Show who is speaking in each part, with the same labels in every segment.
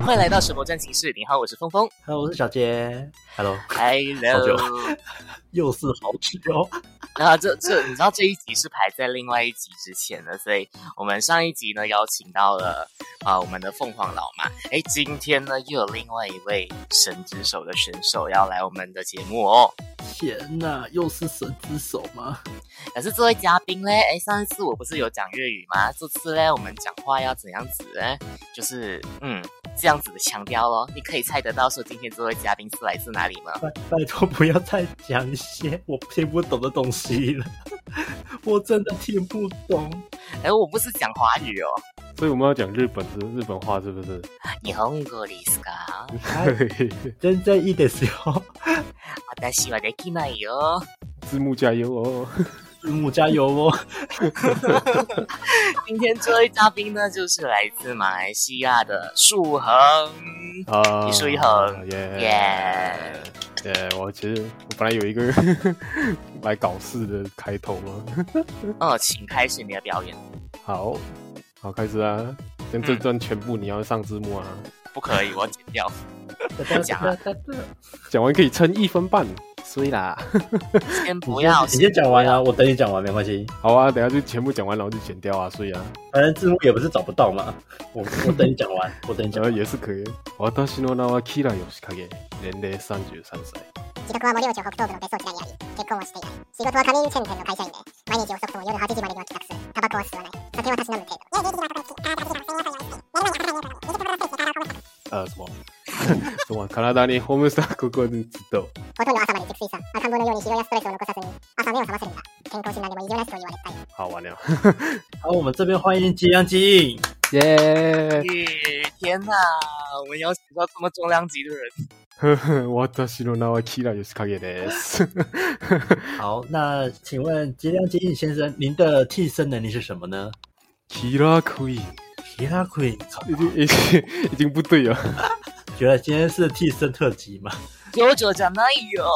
Speaker 1: 欢迎来到《什么战情室》，你好，我是峰峰。
Speaker 2: Hello，我是小杰。Hello，
Speaker 1: Hello，
Speaker 2: 又是好吃哦。
Speaker 1: 然后这这，你知道这一集是排在另外一集之前的，所以我们上一集呢邀请到了啊、我们的凤凰老马，哎，今天呢又有另外一位神之手的选手要来我们的节目哦，
Speaker 2: 天哪，又是神之手吗？
Speaker 1: 可是这位嘉宾嘞，哎，上一次我不是有讲粤语吗？这次嘞我们讲话要怎样子呢？就是嗯这样子的腔调咯，你可以猜得到说今天这位嘉宾是来自哪里吗？
Speaker 2: 拜拜托，不要再讲一些我听不懂的东西了，我真的听不懂。
Speaker 1: 哎，我不是讲华语哦，
Speaker 3: 所以我们要讲日本是日本话是不是？
Speaker 1: 日本語ですか？
Speaker 3: 哎
Speaker 2: 哎 真正いいですよ。
Speaker 1: 私はできないよ。
Speaker 3: 字幕加油 哦！
Speaker 2: 字母加油 哦！
Speaker 1: 今天这位嘉宾呢，就是来自马来西亚的树恒。
Speaker 3: 啊，
Speaker 1: 你是一恒
Speaker 2: 呃
Speaker 3: 耶
Speaker 1: 耶
Speaker 3: 耶！我其实我本来有一个 来搞事的开头嘛，
Speaker 1: 哦，请开始你的表演。
Speaker 3: 好，好开始啊！像这段全部你要上字幕啊，
Speaker 1: 不可以，我要剪掉。讲啊
Speaker 2: 你
Speaker 3: 讲完可以撑一分半，衰啦！
Speaker 1: 先不要，
Speaker 2: 先你先讲完啊，我等你讲完没关系。
Speaker 3: 好啊，等一下就全部讲完，然后就剪掉啊，衰啊！
Speaker 2: 反正字幕也不是找不到嘛。我我等你讲完，我等你讲
Speaker 3: 然
Speaker 2: 完。
Speaker 3: 后也是可以。私の名啊はキラヨシカゲ、年齢三十三歳。
Speaker 4: 自宅は森町北東部の別荘地にあり結婚をしていない仕事は紙チェーン店の会社員で毎日遅くとも夜8時までには帰宅するタバコは吸わない酒はたしなむ程度
Speaker 3: 呃，什么？ 什么？カナダにホームスターここにずっと。
Speaker 4: ほとんど朝まで熟睡さ赤ん坊のように疲労やストレスを残さずに朝目を覚ませるんだ健康診断でも異常なしと言われたい
Speaker 3: 好完了，
Speaker 2: 好，我们这边欢迎吉阳基因。
Speaker 3: 耶、
Speaker 1: 咦天哪，我们邀请到这么重量级的人，
Speaker 3: 私の名はキラヨシカゲです。
Speaker 2: 好，那请问吉良基印先生，您的替身能力是什么呢？
Speaker 3: キラクイーン，
Speaker 2: 吉拉奎，
Speaker 3: 已经已经已经不对了。
Speaker 2: 原来今天是替身特辑嘛？
Speaker 1: 九九讲那有，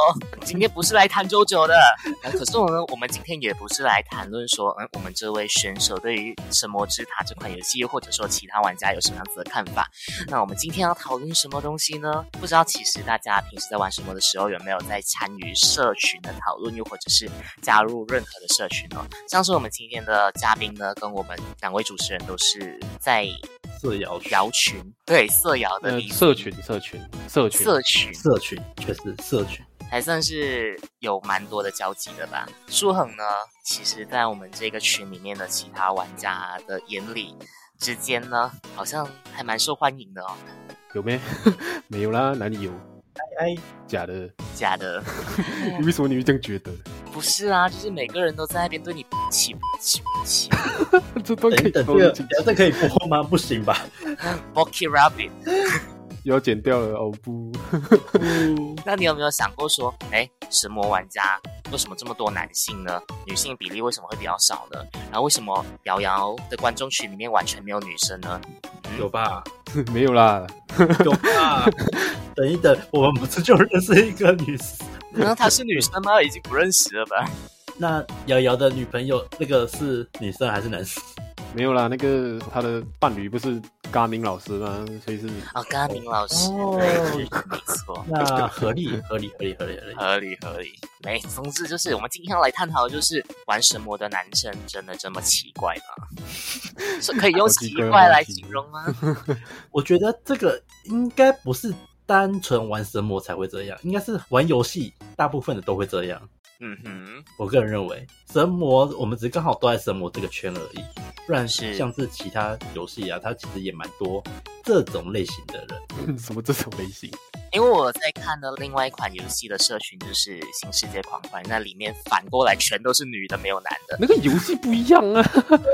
Speaker 1: 今天不是来谈九九的。呃可是我们我们今天也不是来谈论说，嗯，我们这位选手对于《神魔之塔》这款游戏，或者说其他玩家有什么样子的看法。那我们今天要讨论什么东西呢？不知道其实大家平时在玩什么的时候，有没有在参与社群的讨论，又或者是加入任何的社群呢？像是我们今天的嘉宾呢，跟我们两位主持人都是在
Speaker 2: 社摇
Speaker 1: 摇群，对社摇的
Speaker 3: 呃，
Speaker 1: 里
Speaker 3: 社群社群社群，
Speaker 1: 社群
Speaker 2: 社群，确实社群。
Speaker 1: 还算是有蛮多的交集的吧。舒恒呢，其实在我们这个群里面的其他玩家的眼里之间呢，好像还蛮受欢迎的哦。
Speaker 3: 有 没？没有啦，哪里有？
Speaker 2: 哎，
Speaker 3: 假的。
Speaker 1: 假的，
Speaker 3: 你为什么你会这样觉 得？
Speaker 1: 不是啊，就是每个人都在那边对你起起起
Speaker 3: 这段
Speaker 2: 等
Speaker 3: 可以
Speaker 2: 等，
Speaker 3: 考
Speaker 2: 这
Speaker 3: 虑
Speaker 2: 个
Speaker 3: 进
Speaker 2: 等
Speaker 3: 去
Speaker 2: 下这可以播吗？ 不行吧？
Speaker 1: ，Bocky Rabbit。
Speaker 3: 要剪掉了哦 不，
Speaker 2: 嗯
Speaker 1: 那你有没有想过说，哎，神魔玩家为什么这么多男性呢？女性比例为什么会比较少呢？然后为什么瑶瑶的观众群里面完全没有女生呢？
Speaker 2: 有吧？
Speaker 3: 没有啦。
Speaker 2: 有吧？等一等，我们不是就认识一个女？
Speaker 1: 难道她是女生吗？已经不认识了吧？
Speaker 2: 那瑶瑶的女朋友那个是女生还是男生？
Speaker 3: 没有啦，那个他的伴侣不是嘎明老师吗？所以 是
Speaker 1: 哦，刚刚明老师，
Speaker 2: 哦
Speaker 1: 对，没错，
Speaker 2: 那合 理，合理，合理，合理，合理。
Speaker 1: 合理合理。没，总之就是我们今天要来探讨，就是玩神魔的男生真的这么奇怪吗？是可以用
Speaker 3: 好
Speaker 1: 奇
Speaker 3: 奇怪
Speaker 1: 怪
Speaker 3: 好
Speaker 1: 来
Speaker 3: 奇
Speaker 1: 形
Speaker 3: 怪
Speaker 1: 容吗？
Speaker 2: 我觉得这个应该不是单纯玩神魔才会这样，应该是玩游戏大部分的都会这样。
Speaker 1: 嗯哼，
Speaker 2: 我个人认为，神魔我们只是刚好都在神魔这个圈而已，不然
Speaker 1: 是
Speaker 2: 像是其他游戏啊，它其实也蛮多这种类型的人。
Speaker 3: 什么这种类型？
Speaker 1: 因为我在看的另外一款游戏的社群就是《新世界狂欢》，那里面反过来全都是女的，没有男的。
Speaker 3: 那个游戏不一样啊，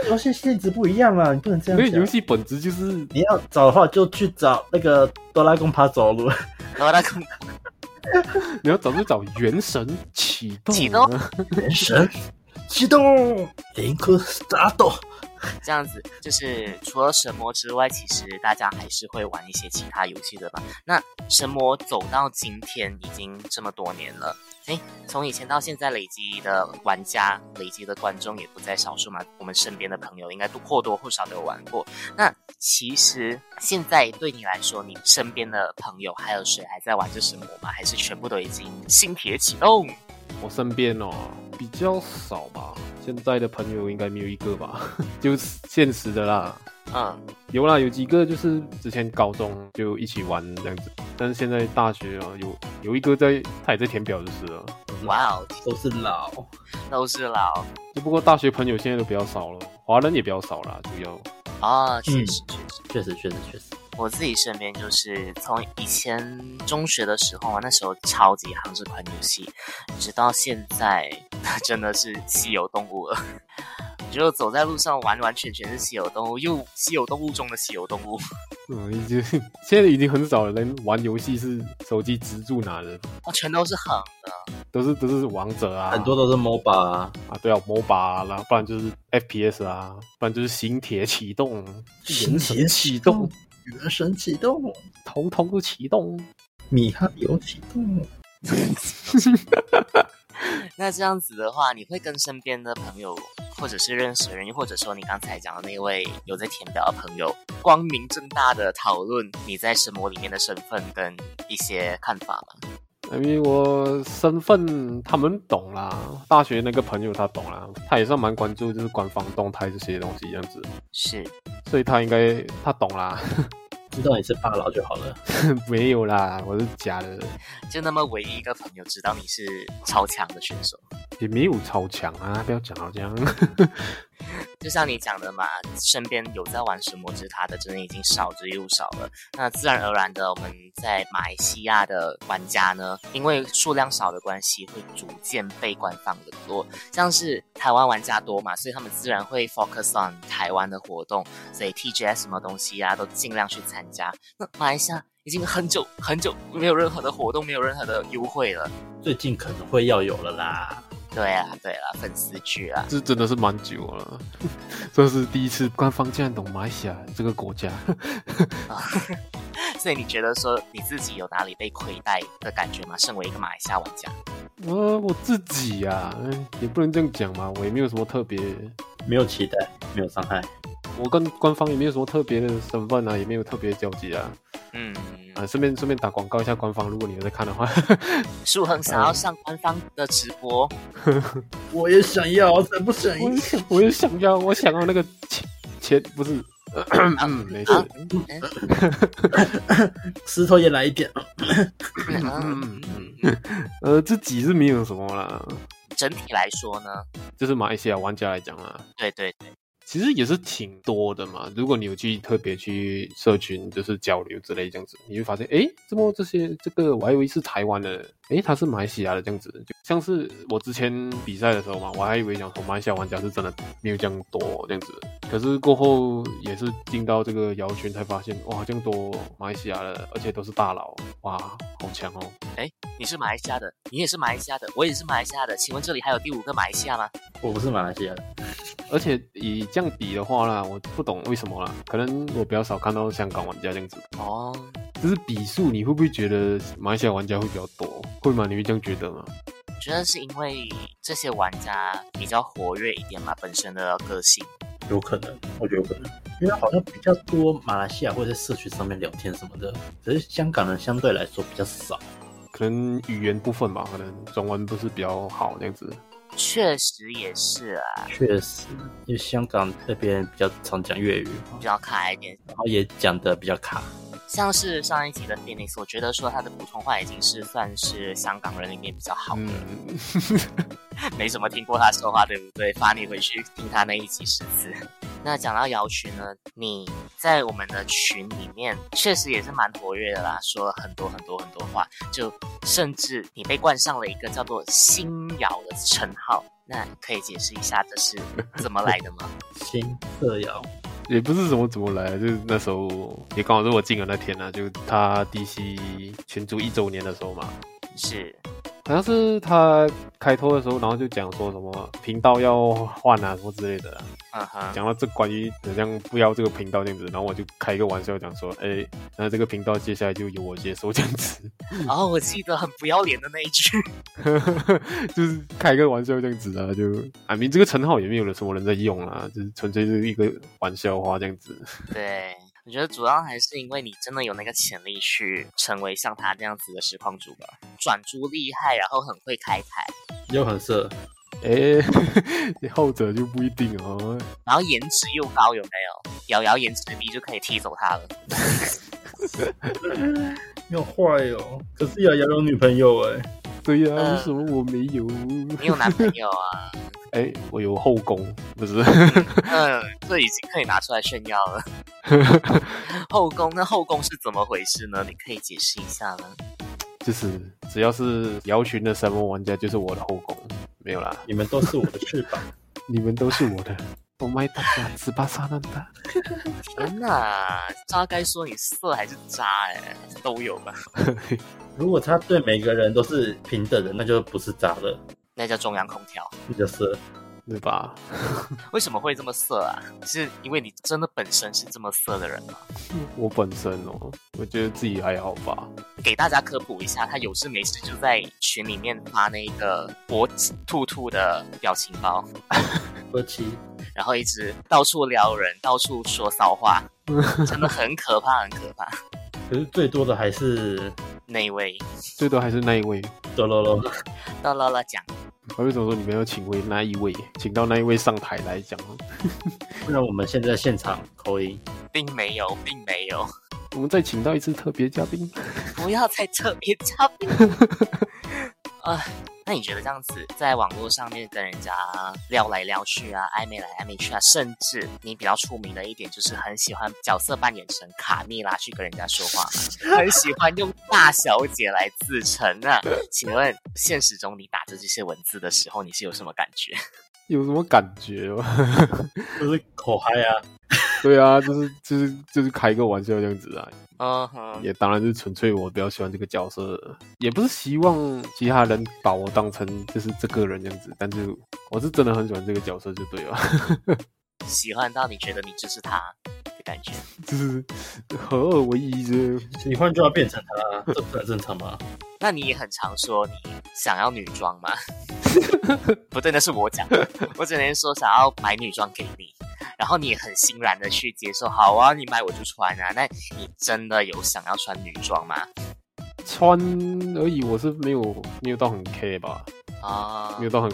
Speaker 2: 游戏性质不一样啊，你不能这
Speaker 3: 那个
Speaker 2: 样
Speaker 3: 游
Speaker 2: 讲。
Speaker 3: 戏本质就是
Speaker 2: 你要找的话，就去找那个哆啦贡爬走路。
Speaker 1: 然后那个
Speaker 3: 你要找就找元神启动、啊，
Speaker 1: 启动
Speaker 2: 原神，启动，リンクスタート。
Speaker 1: 这样子就是除了神魔之外，其实大家还是会玩一些其他游戏的吧？那神魔走到今天已经这么多年了，诶，从以前到现在累积的玩家、累积的观众也不在少数嘛。我们身边的朋友应该都或多或少都有玩过。那其实现在对你来说，你身边的朋友还有谁还在玩这神魔吗？还是全部都已经新铁启动？
Speaker 3: 我身边哦比较少吧，现在的朋友应该没有一个吧， 就是现实的啦。
Speaker 1: 嗯，
Speaker 3: 有啦，有几个就是之前高中就一起玩这样子，但是现在大学啊，有有一个在，他也在填表就是了。
Speaker 1: 哇哦，
Speaker 2: 都是老，
Speaker 1: 都是老
Speaker 3: 只不过大学朋友现在都比较少了，华人也比较少啦，主要。
Speaker 1: 哦，确实确实。
Speaker 2: 确实确实确实。
Speaker 1: 我自己身边就是从以前中学的时候啊，那时候超级夯这款游戏，直到现在， 真的是稀有动物了。就走在路上，完完全全是稀有动物，又稀有动物中的稀有动物。
Speaker 3: 嗯，已经现在已经很少人玩游戏是手机支柱拿的，
Speaker 1: 哦，全都是狠的。
Speaker 3: 都是都是王者啊，
Speaker 2: 很多都是 MOBA 啊，
Speaker 3: 啊，对啊，MOBA 啊，然后不然就是 FPS 啊，不然就是新铁启动、原神启动，，
Speaker 2: 原神启动，
Speaker 3: 统统都启动。
Speaker 2: 米哈游启动。
Speaker 1: 那这样子的话，你会跟身边的朋友，或者是认识的人，又或者说你刚才讲的那位有在填表的朋友，光明正大的讨论你在神魔里面的身份跟一些看法吗？
Speaker 3: 因为我身份他们懂啦，大学那个朋友他懂啦，他也算蛮关注就是官方动态这些东西这样子，
Speaker 1: 是，
Speaker 3: 所以他应该他懂啦，
Speaker 2: 知道你是大佬就好了。
Speaker 3: 没有啦，我是假的，
Speaker 1: 就那么唯一一个朋友知道你是超强的选手，
Speaker 3: 也没有超强啊，不要讲好像。
Speaker 1: 就像你讲的嘛，身边有在玩神魔之塔的，真的已经少之又少了。那自然而然的，我们在马来西亚的玩家呢，因为数量少的关系，会逐渐被官方冷落。像是台湾玩家多嘛，所以他们自然会 focus on 台湾的活动，所以 TGS 什么东西啊，都尽量去参加。那马来西亚已经很久很久没有任何的活动，没有任何的优惠了。
Speaker 2: 最近可能会要有了啦。
Speaker 1: 对啊，对啊，粉丝剧啊。
Speaker 3: 这真的是蛮久了， 这是第一次官方竟然懂马来西亚这个国家。 啊
Speaker 1: 所以你觉得说你自己有哪里被亏待的感觉吗？身为一个马来西亚玩家，
Speaker 3: 我我自己呀、哎也不能这样讲嘛，我也没有什么特别，
Speaker 2: 没有期待，没有伤害，
Speaker 3: 我跟官方也没有什么特别的身份啊，也没有特别交集啊。
Speaker 1: 嗯，
Speaker 3: 啊，顺便顺便打广告一下官方，如果你有在看的话，
Speaker 1: 树恒想要上官方的直播，
Speaker 2: 我也想要，怎不想
Speaker 3: 我也想 我也想要，我想要那个钱钱不是，嗯，没事，
Speaker 1: 啊嗯
Speaker 2: 石头也来一点。
Speaker 1: 嗯嗯嗯
Speaker 3: 呃，自己是没有什么啦，
Speaker 1: 整体来说呢，
Speaker 3: 就是马来西亚玩家来讲啦，
Speaker 1: 对对对，
Speaker 3: 其实也是挺多的嘛。如果你有去特别去社群，就是交流之类这样子，你会发现，诶，怎么这些这个我还以为是台湾的，诶，他是马来西亚的这样子。就像是我之前比赛的时候嘛，我还以为讲说马来西亚玩家是真的没有这样多这样子，可是过后也是进到这个摇圈才发现，哇，这样多马来西亚的，而且都是大佬，哇，好强哦！
Speaker 1: 你是马来西亚的，你也是马来西亚的，我也是马来西亚的，请问这里还有第五个马来西亚吗？
Speaker 2: 我不是马来西亚的，
Speaker 3: 而且以这样比的话啦，我不懂为什么啦，可能我比较少看到香港玩家这样子。
Speaker 1: 哦，
Speaker 3: 就是比数，你会不会觉得马来西亚玩家会比较多？会吗？你会这样觉得吗？
Speaker 1: 觉得是因为这些玩家比较活跃一点嘛，本身的个性。
Speaker 2: 有可能，我觉得有可能，因为好像比较多马来西亚会在社群上面聊天什么的，只是香港人相对来说比较少。
Speaker 3: 可能语言部分吧，可能中文不是比较好这样子。
Speaker 1: 确实也是啊，
Speaker 2: 确实，因为香港那边比较常讲粤语，
Speaker 1: 比较可爱一点，
Speaker 2: 然后也讲的比较卡。
Speaker 1: 像是上一集的 Phoenix，我觉得说他的普通话已经是算是香港人里面比较好的，
Speaker 3: 嗯，
Speaker 1: 没什么听过他说话，对不对？罚你回去听他那一集十次。那讲到瑶群呢，你在我们的群里面确实也是蛮活跃的啦，说了很多很多很多话，就甚至你被冠上了一个叫做“新瑶”的称号，那可以解释一下这是怎么来的吗？
Speaker 2: 新社谣，
Speaker 3: 也不是怎么怎么来，就是那时候也刚好是我进了那天呢、啊，就他 DC 群组一周年的时候嘛。
Speaker 1: 是，
Speaker 3: 好像是他开头的时候，然后就讲说什么频道要换啊什么之类的啦。
Speaker 1: 嗯哼，
Speaker 3: 讲到这关于怎样不要这个频道这样子，然后我就开一个玩笑讲说，哎，那这个频道接下来就由我接收这样子，
Speaker 1: 然后哦我记得很不要脸的那一句，
Speaker 3: 就是开一个玩笑这样子啊，就啊，明这个称号也没有什么人在用啦，就是纯粹是一个玩笑话这样 子。
Speaker 1: 对。我觉得主要还是因为你真的有那个潜力去成为像他这样子的实况主吧，转租厉害，然后很会开台，
Speaker 2: 又很色，
Speaker 3: 哎，后者就不一定哦。
Speaker 1: 然后颜值又高，有没有？瑶瑶颜值低就可以踢走他了。
Speaker 5: 你好坏哦。可是瑶瑶有女朋友哎、
Speaker 3: 对呀、
Speaker 1: 嗯
Speaker 3: 为什么我没 有？
Speaker 1: 你有男朋友啊？
Speaker 3: 哎，我有后宫，不 是？
Speaker 1: 嗯，这已经可以拿出来炫耀了。 后宫，那后宫是怎么回事呢？你可以解释一下吗？
Speaker 3: 就是只要是姚群的三魔玩家，就是我的后宫，没有啦，
Speaker 2: 你们都是我的翅膀。
Speaker 3: 你们都是 我的。Oh my god，十八杀难打，
Speaker 1: 天哪，渣该说你色还是渣哎、都有吧？
Speaker 2: 如果他对每个人都是平等的，那就不是渣了，
Speaker 1: 那叫中央空调。
Speaker 2: 那叫色。
Speaker 3: 对吧？
Speaker 1: 为什么会这么色啊？是因为你真的本身是这么色的人吗？
Speaker 3: 我本身哦，我觉得自己还好吧。
Speaker 1: 给大家科普一下，他有事没事就在群里面发那个我兔兔的表情包，
Speaker 2: 二七，
Speaker 1: 然后一直到处撩人，到处说骚话，真的很可怕，很可怕。
Speaker 2: 可是最多的还是
Speaker 1: 那一位
Speaker 3: 最多还是那一位。
Speaker 2: 哆啰啰。
Speaker 1: 到啦啦讲。
Speaker 3: 我为什么说你们要请回那一位？请到那一位上台来讲。
Speaker 2: 不然我们现在现场口音，
Speaker 1: 并没有，并没有，
Speaker 3: 我们再请到一次特别嘉宾。
Speaker 1: 不要再特别嘉 宾。啊，那你觉得这样子在网络上面跟人家撩来撩去啊，暧昧来暧昧去啊，甚至你比较出名的一点就是很喜欢角色扮演成卡蜜拉去跟人家说话 嘛，很喜欢用大小姐来自称啊。请问现实中你打着这些文字的时候，你是有什么感觉？
Speaker 3: 有什么感觉吗？
Speaker 2: 就是口嗨啊，
Speaker 3: 对啊，就是就是就是开个玩笑这样子啊。
Speaker 1: 嗯哼，
Speaker 3: 也当然是纯粹我比较喜欢这个角色，也不是希望其他人把我当成就是这个人这样子，但是我是真的很喜欢这个角色就对了，
Speaker 1: 喜欢到你觉得你就是他的感觉。
Speaker 3: 就是合二为一这
Speaker 2: 喜欢就要变成他，这不很正常 吗？
Speaker 1: 那你也很常说你想要女装吗？不对，那是我讲的，我只能说想要买女装给你，然后你也很欣然的去接受。好啊，你买我就穿啊。那你真的有想要穿女装吗？
Speaker 3: 穿而已，我是没有没有到很 care 吧，
Speaker 1: 啊、
Speaker 3: 没有到很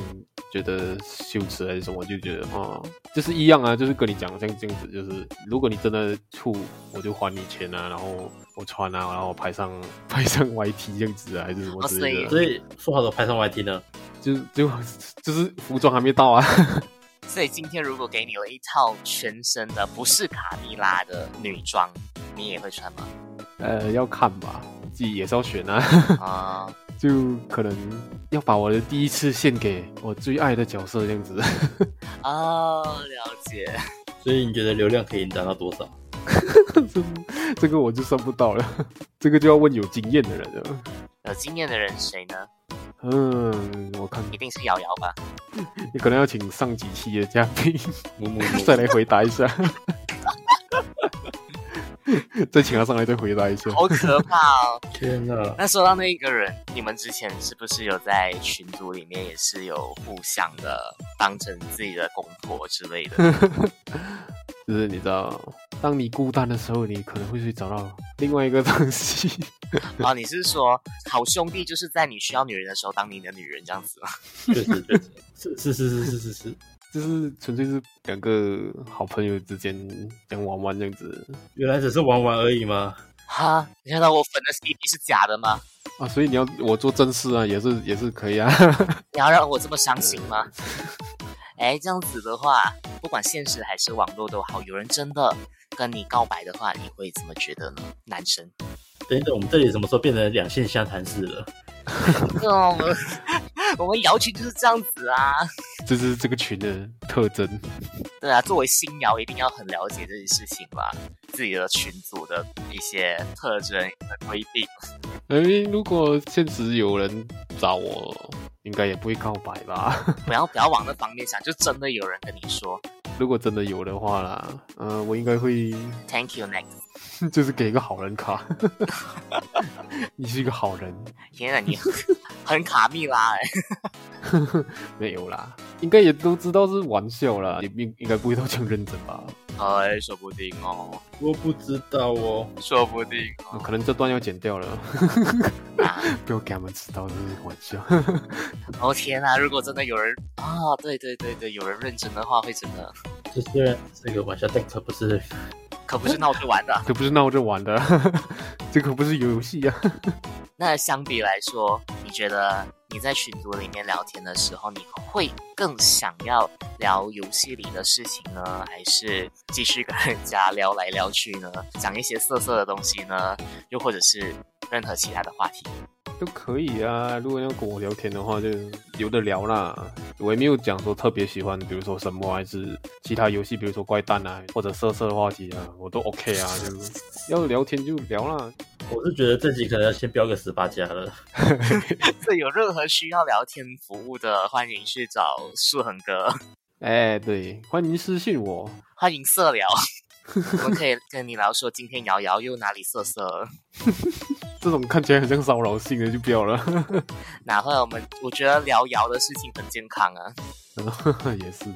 Speaker 3: 觉得羞耻还是什么，就觉得啊、就是一样啊，就是跟你讲像这样子，就是如果你真的处，我就还你钱啊，然后我穿啊，然后我拍上 拍上 YT 这样子啊，还是什么之类的啊，
Speaker 1: 哦
Speaker 2: 所以说好的拍上 YT 呢？
Speaker 3: 就就就是服装还没到啊。
Speaker 1: 所以今天如果给你了一套全身的不是卡蜜拉的女装，你也会穿吗？
Speaker 3: 呃，要看吧，自己也是要选啊，
Speaker 1: 啊、
Speaker 3: 就可能要把我的第一次献给我最爱的角色这样子。
Speaker 1: 哦，了解。
Speaker 2: 所以你觉得流量可以达到多少？
Speaker 3: 这这个我就算不到了， 这个就要问有经验的人了。
Speaker 1: 有经验的人谁呢？
Speaker 3: 嗯，我看
Speaker 1: 一定是瑶瑶吧。
Speaker 3: 你可能要请上几期的嘉宾
Speaker 2: 木 木
Speaker 3: 再来回答一下， 再请他上来再回答一下。
Speaker 1: 好可怕哦。
Speaker 2: 天哪！
Speaker 1: 那说到那一个人，你们之前是不是有在群组里面也是有互相的当成自己的公婆之类的？
Speaker 3: 就是你知道，当你孤单的时候，你可能会去找到另外一个东西。
Speaker 1: 啊，你是说好兄弟就是在你需要女人的时候当你的女人这样子吗？
Speaker 2: 确实确实，是是是是是是是，
Speaker 3: 就是纯粹是两个好朋友之间这样玩玩这样子
Speaker 2: 原来只是玩玩而已吗？
Speaker 1: 哈，你看到我粉的 CP 是假的吗？
Speaker 3: 啊，所以你要我做正事啊，也是也是可以啊。
Speaker 1: 你要让我这么伤心吗？哎，这样子的话，不管现实还是网络都好，有人真的跟你告白的话，你会怎么觉得呢？男生，
Speaker 2: 等一等，我们这里什么时候变成两性相谈式了？
Speaker 1: 哦我们我们摇群就是这样子啊。
Speaker 3: 这是这个群的特征。
Speaker 1: 对啊，作为新瑶一定要很了解这些事情吧，自己的群组的一些特征、规定。
Speaker 3: 因为如果现实有人找我，应该也不会告白吧？
Speaker 1: 不要不要往那方面想，就真的有人跟你说
Speaker 3: 如果真的有的话啦，嗯、我应该会
Speaker 1: Thank you next，
Speaker 3: 就是给一个好人卡。 你是一个好人，
Speaker 1: 天啊， 你很卡蜜拉哎、
Speaker 3: 没有啦，应该也都知道是玩笑啦，也应应该不会到这样认真吧？
Speaker 1: 哎，说不定哦，
Speaker 5: 我不知道哦，
Speaker 1: 说不定
Speaker 3: 啊可能这段要剪掉了，
Speaker 1: 哦啊！
Speaker 3: 不要给他们知道这是玩笑。
Speaker 1: 哦天啊，如果真的有人啊，对对对对，有人认真的话，会真的
Speaker 2: 这虽然是个玩笑，但可不是
Speaker 1: 可不是闹着玩的。
Speaker 3: 这不是闹着玩的， 这可不是游戏啊！
Speaker 1: 那相比来说，你觉得你在群组里面聊天的时候，你会更想要聊游戏里的事情呢，还是继续跟人家聊来聊去呢？讲一些色色的东西呢？又或者是任何其他的话题？
Speaker 3: 都可以啊，如果要跟我聊天的话，就有的聊啦。我也没有讲说特别喜欢，比如说什么还是其他游戏，比如说怪诞啊，或者色色的话题啊，我都 OK 啊。就要聊天就聊啦，
Speaker 2: 我是觉得这集可能要先标个十八加了。
Speaker 1: 这有任何需要聊天服务的，欢迎去找树恒哥，
Speaker 3: 哎，对，欢迎私信我。
Speaker 1: 欢迎色聊。我们可以跟你聊说，今天瑶瑶又哪里色色了？
Speaker 3: 这种看起来很像骚扰性的就不要了。
Speaker 1: 哪会我们？我觉得聊瑶的事情很健康啊。
Speaker 3: 也是，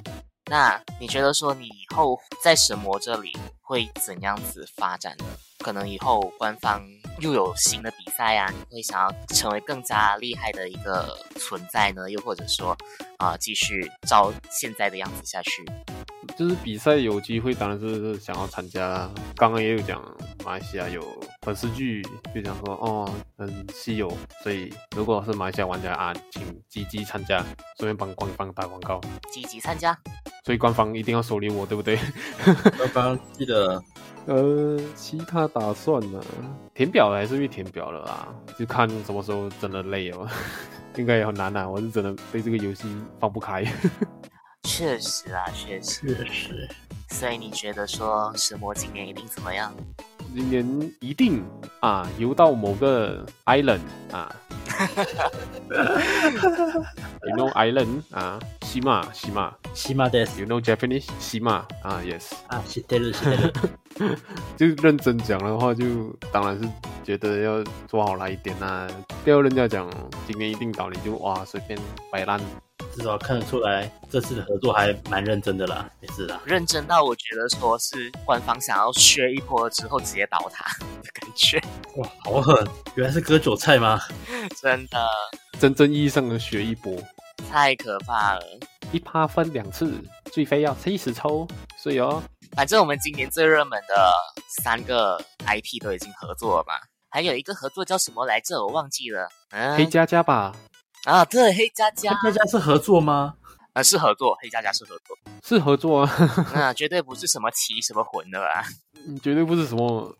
Speaker 1: 那你觉得说你以后在神魔这里会怎样子发展呢？可能以后官方又有新的比赛啊，你会想要成为更加厉害的一个存在呢？又或者说，啊、继续照现在的样子下去？
Speaker 3: 就是比赛有机会，当然是想要参加啦。刚刚也有讲，马来西亚有粉丝剧，就讲说哦，很稀有，所以如果是马来西亚玩家啊，请积极参加，顺便帮官方打广告。
Speaker 1: 积极参加，
Speaker 3: 所以官方一定要收留我，对不对？
Speaker 2: 刚刚记得
Speaker 3: 呃，其他打算呢？填表还是会填表了啊，就看什么时候真的累哦。 应该也很难啊，我是真的对这个游戏放不开。
Speaker 1: 确实啊，确实。
Speaker 2: 确实，
Speaker 1: 所以你觉得说神魔今年一定怎么样？
Speaker 3: 今年一定啊，游到某个 island 啊，you know island 啊，西马西马
Speaker 2: 西马です
Speaker 3: ，you know Japanese 西马啊，yes，
Speaker 2: 啊，西德勒西德勒，
Speaker 3: 就认真讲的话，就当然是觉得要做好来一点啊啦、不要人家讲今年一定倒，你就哇随便摆烂，
Speaker 2: 至少看得出来这次的合作还蛮认真的啦，也是啦。
Speaker 1: 认真到我觉得说是官方想要削一波之后直接倒他的感觉，
Speaker 2: 哇，好狠！原来是割韭菜吗？
Speaker 1: 真的
Speaker 3: 真正意义上的学一波，
Speaker 1: 太可怕了。
Speaker 3: 一趴分两次，最非要七十抽，所以哦，
Speaker 1: 反正我们今年最热门的三个 IP 都已经合作了嘛，还有一个合作叫什么来着？我忘记了。
Speaker 3: 黑
Speaker 1: 嗯
Speaker 3: 加加吧，
Speaker 1: 啊，对，黑加加
Speaker 2: 大家是合作吗？
Speaker 1: 啊是合作，黑加加是合 作，
Speaker 3: 是合作啊。
Speaker 1: 那、绝对不是什么奇什么魂的啦。
Speaker 3: 嗯绝对不是什么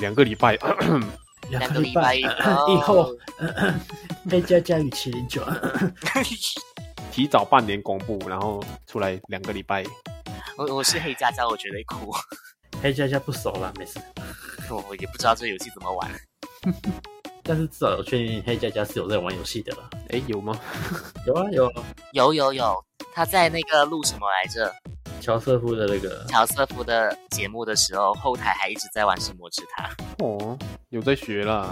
Speaker 3: 两个礼拜，
Speaker 1: 两个礼拜
Speaker 2: 以
Speaker 1: 以
Speaker 2: 后，再加加与麒麟酒，
Speaker 3: 提早半年公布，然后出来两个礼拜。
Speaker 1: 我我是黑加加，我绝对哭。
Speaker 2: 黑加加不熟啦，没事。
Speaker 1: 我我也不知道这游戏怎么玩。
Speaker 2: 但是至少有确定黑加加是有在玩游戏的啦。
Speaker 3: 哎，有吗？
Speaker 2: 有啊有啊，
Speaker 1: 有有有，他在那个录什么来着？
Speaker 2: 乔瑟夫的那个，
Speaker 1: 乔瑟夫的节目的时候，后台还一直在玩神魔之塔。
Speaker 3: 哦，有在学啦。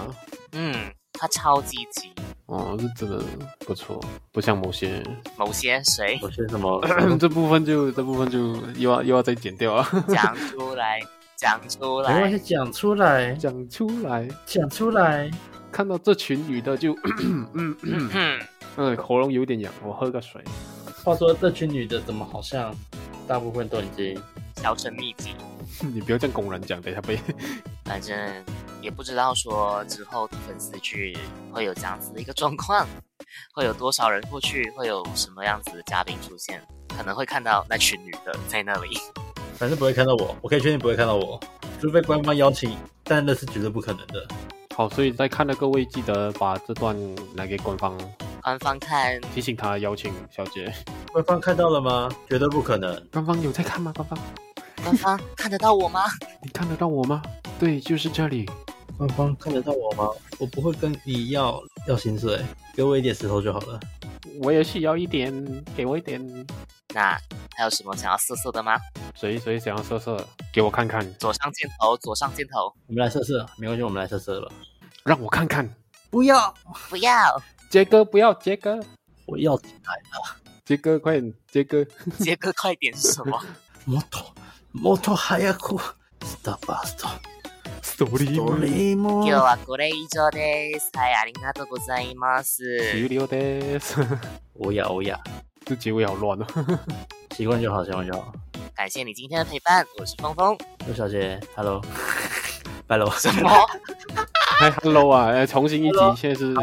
Speaker 1: 嗯，他超积极。
Speaker 3: 哦，是真的不错，不像某些
Speaker 1: 某些谁
Speaker 2: 我是什么？
Speaker 3: 这部分就这部分就又要又要再剪 掉啊，
Speaker 1: 讲出来，讲出
Speaker 2: 没关
Speaker 1: 来
Speaker 2: 系，。讲出来，
Speaker 3: 讲出来。
Speaker 2: 讲出来。
Speaker 3: 看到这群女的就，嗯嗯
Speaker 1: 嗯，
Speaker 3: 嗯，喉咙有点痒，我喝个水。
Speaker 2: 话说这群女的怎么好像大部分都已经
Speaker 1: 销声匿迹。
Speaker 3: 你不要这样公然讲，等一下被
Speaker 1: 反正也不知道说之后粉丝剧会有这样子的一个状况，会有多少人过去，会有什么样子的嘉宾出现，可能会看到那群女的在那里。
Speaker 2: 反正不会看到我，我可以确定不会看到我，除非官方邀请，但那是绝对不可能的。
Speaker 3: 好，所以在看的各位记得把这段拿给官方，
Speaker 1: 官方看
Speaker 3: 提醒他邀请小姐。
Speaker 2: 官方看到了吗？绝对不可能。
Speaker 3: 官方有在看吗？官方，
Speaker 1: 官方看得到我吗？
Speaker 3: 你看得到我吗？对，就是这里。
Speaker 2: 官方看得到我吗？我不会跟你要要薪水，给我一点石头就好了。
Speaker 3: 我也需要一点，给我一点。
Speaker 1: 那还有什么想要色色的 吗？
Speaker 3: 谁谁想要色色，给我看看，
Speaker 1: 左上箭头，左上箭头，
Speaker 2: 我们来测试，啊没关系，我们来测试吧。
Speaker 3: 让我看看。
Speaker 2: 不要，
Speaker 1: 不要，
Speaker 3: 杰哥不要，杰哥，
Speaker 2: 我要进来
Speaker 3: 杰哥快点，杰哥，
Speaker 1: 杰哥快点是 什么？
Speaker 2: もっと、もっと早く、スタバスト。
Speaker 3: ストリ
Speaker 2: ド
Speaker 3: ーム
Speaker 2: リーム
Speaker 1: 今日はこれ以上です。はい、ありがとうございます。
Speaker 3: 終了 です。
Speaker 2: 欧呀欧呀，
Speaker 3: 这结尾好乱 哦。
Speaker 2: 习惯就好，习惯就好。
Speaker 1: 感谢你今天的陪伴，我是峰峰。
Speaker 2: 陆小姐，Hello，拜喽。
Speaker 1: 什么？
Speaker 3: 哎，Hello 啊，哎，重新一集，现在是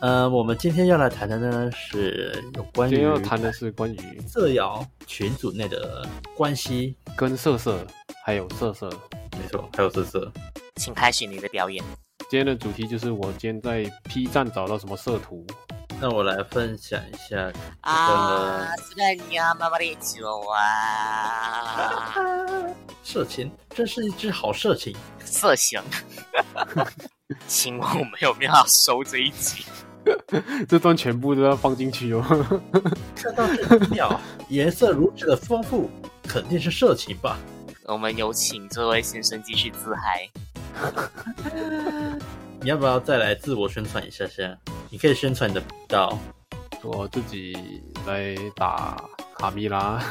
Speaker 2: 呃，我们今天要来谈的呢是有关
Speaker 3: 今
Speaker 2: 于
Speaker 3: 天要谈的是关于
Speaker 2: 社摇群组内的关系，
Speaker 3: 跟色色还有色色。
Speaker 2: 没错，还有色色。
Speaker 1: 请开始你的表演。
Speaker 3: 今天的主题就是我今天在 P 站找到什么色图，
Speaker 2: 那我来分享一下，
Speaker 1: 啊，虽然你要妈妈的酒 啊，
Speaker 2: 色情真是一只好色情。
Speaker 1: 色情。 请问我们有没有要收这一集？
Speaker 3: 这段全部都要放进去哦。
Speaker 2: 看到这资料，颜色如此的丰富，肯定是色情吧？
Speaker 1: 我们有请这位先生继续自嗨。
Speaker 2: 你要不要再来自我宣传一下下？你可以宣传你的频道，
Speaker 3: 我自己来打卡蜜拉，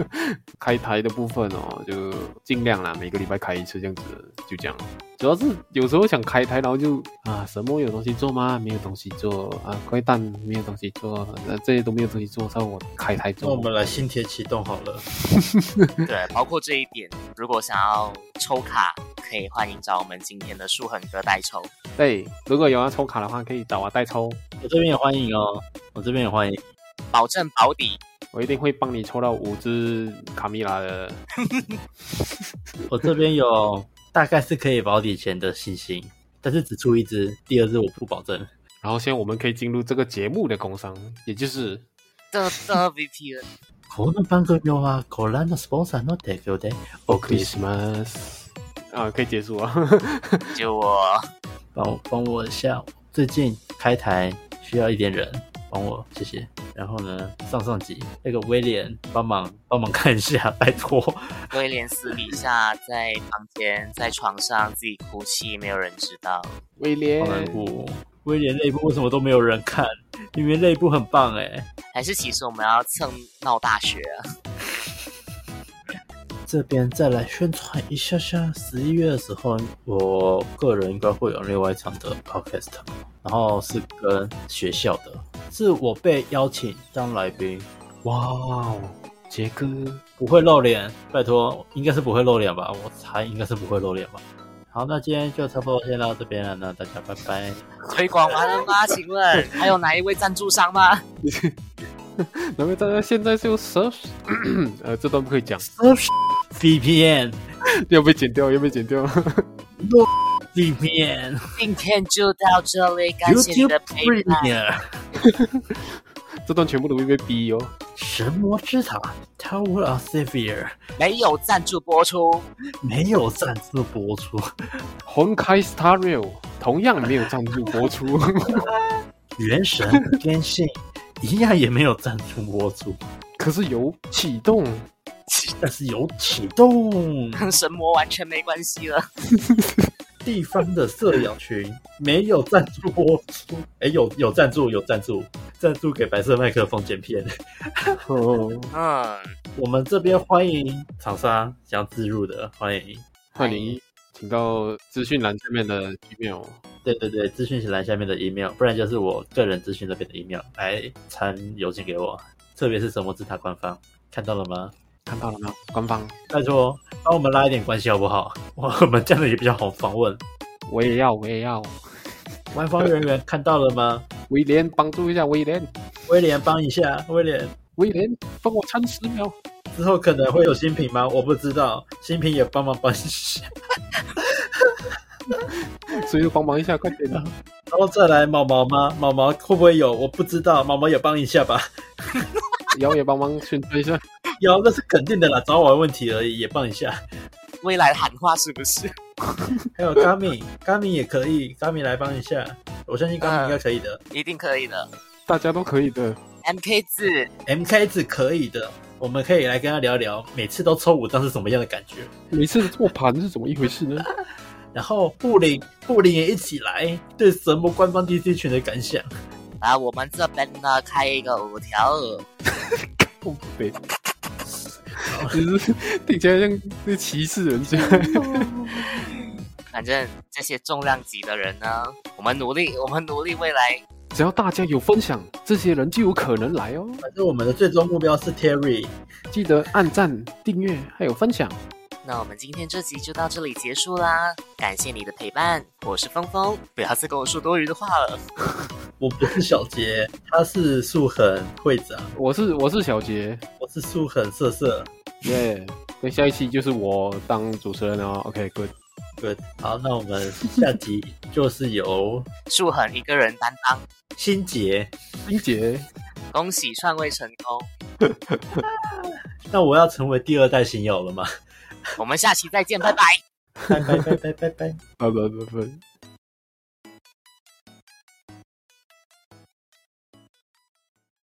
Speaker 3: 开台的部分哦，就尽量啦，每个礼拜开一次这样子，就这样。主要是有时候想开台，然后就啊，什么有东西做吗？没有东西做啊，快蛋没有东西做，呃、这些都没有东西做，所以我开台
Speaker 2: 那
Speaker 3: 做。
Speaker 2: 我们来新铁启动好了。
Speaker 1: 对，包括这一点，如果想要抽卡，可以欢迎找我们今天的树恒哥代抽。
Speaker 3: 对，如果有要抽卡的话，可以找我代抽，
Speaker 2: 我这边也欢迎哦，我这边也欢迎。
Speaker 1: 保证保底。
Speaker 3: 我一定会帮你抽到五只卡蜜拉的。
Speaker 2: 我这边有大概是可以保底前的信心，但是只出一只，第二只我不保证。
Speaker 3: 然后现在我们可以进入这个节目的工商，也就是
Speaker 1: 的的 VP 了，
Speaker 2: この番組はご覧のスポンサーの提供でお送りし
Speaker 3: Christmas 啊，可以结束啊。
Speaker 1: 就我
Speaker 2: 帮我帮我一下，最近开台需要一点人，帮我谢谢。然后呢，上上集那个威廉帮忙 帮忙看一下，拜托。
Speaker 1: 威廉私底下在房间、在床上自己哭泣，没有人知道。
Speaker 3: 威廉
Speaker 2: 好难过，威廉内部为什么都没有人看？因为内部很棒哎、
Speaker 1: 还是其实我们要蹭闹大学啊、
Speaker 2: 这边再来宣传一下下，十一月的时候，我个人应该会有另外一场的 podcast，然后是跟学校的，是我被邀请当来宾，
Speaker 3: 哇哦，杰哥，
Speaker 2: 不会露脸，拜托，应该是不会露脸吧？我猜应该是不会露脸吧。好，那今天就差不多先到这边了，那大家拜拜。
Speaker 1: 推广完了吗？请问还有哪一位赞助商 吗？
Speaker 3: 难怪大家现在就 search，呃， 这段不可以 讲，
Speaker 2: VPN
Speaker 3: 要被剪掉，要被剪掉。
Speaker 2: VPN
Speaker 1: 今天就到这里，感谢你
Speaker 2: YouTube
Speaker 1: 的陪伴。
Speaker 2: Premier
Speaker 3: 这段全部都会被逼哦。
Speaker 2: 神魔之塔 Tower of Savior
Speaker 1: 没有赞助播出，
Speaker 2: 没有赞助播出。
Speaker 3: 红开 Stereo 同样没有赞助播 出，
Speaker 2: 原神天性一样也没有赞助播出，
Speaker 3: 可是有启动，
Speaker 2: 但是有启动
Speaker 1: 跟神魔完全没关系了。
Speaker 2: 地方的社友群没有赞助播出，哎、有有赞助有赞助，赞助给白色麦克风剪片。
Speaker 3: 哦，
Speaker 1: 嗯，
Speaker 2: 我们这边欢迎厂商想自入的，欢迎。
Speaker 3: 欢迎请到资讯栏下面的 email。
Speaker 2: 对对对，资讯栏下面的 email，不然就是我个人资讯那边的 email 来传邮件给我，特别是神魔之塔官方，看到了吗？
Speaker 3: 看到了吗？官方，
Speaker 2: 拜托，帮我们拉一点关系好不好？ 我们这样子也比较好访问。
Speaker 3: 我也要，我也要。
Speaker 2: 官方人员看到了吗？
Speaker 3: 威廉，帮助一下威廉，
Speaker 2: 威廉帮一下，威廉
Speaker 3: 威廉，帮我撑十秒。
Speaker 2: 之后可能会有新品吗？我不知道，新品也帮忙帮一下，
Speaker 3: 所以帮忙一下，快 点啊！
Speaker 2: 然后再来毛毛吗？毛毛会不会有？我不知道，毛毛也帮一下吧。
Speaker 3: 瑶也帮忙宣传一下。
Speaker 2: 有，那是肯定的啦，早晚问题而已，也帮一下。
Speaker 1: 未来的喊话是不是？
Speaker 2: 还有 Gami，Gami 也可以，Gami 来帮一下，我相信 Gami
Speaker 1: 嗯
Speaker 2: 应该可以的、
Speaker 1: 一定可以的。
Speaker 3: 大家都可以的。
Speaker 1: M K 字，
Speaker 2: m k 是可以的，我们可以来跟他聊聊，每次都抽五张是什么样的感觉。
Speaker 3: 每次做盘是怎么一回事呢？
Speaker 2: 然后布林，布林也一起来对神魔官方 DC 群的感想。
Speaker 1: 啊，我们这边呢开一个五条耳，
Speaker 3: 不对，哦就是听起来像在歧视人家。
Speaker 1: 反正这些重量级的人呢，我们努力，我们努力，未来
Speaker 3: 只要大家有分享，这些人就有可能来哦。
Speaker 2: 反正我们的最终目标是 Terry，
Speaker 3: 记得按赞、订阅还有分享。
Speaker 1: 那我们今天这集就到这里结束啦，感谢你的陪伴，我是峰峰，不要再跟我说多余的话了，
Speaker 2: 我不是小杰，他是素恒会长，
Speaker 3: 我是我是小杰，
Speaker 2: 我是素恒瑟瑟。
Speaker 3: 耶、那下一期就是我当主持人哦。OK，good、
Speaker 2: Good，好，那我们下集就是由
Speaker 1: 树恒一个人担当，
Speaker 2: 新杰。
Speaker 3: 英杰，
Speaker 1: 恭喜篡位成功，
Speaker 2: 那我要成为第二代星耀了吗？
Speaker 1: 我们下期再见，拜拜。
Speaker 2: 拜拜拜拜拜拜。
Speaker 3: 拜拜拜拜。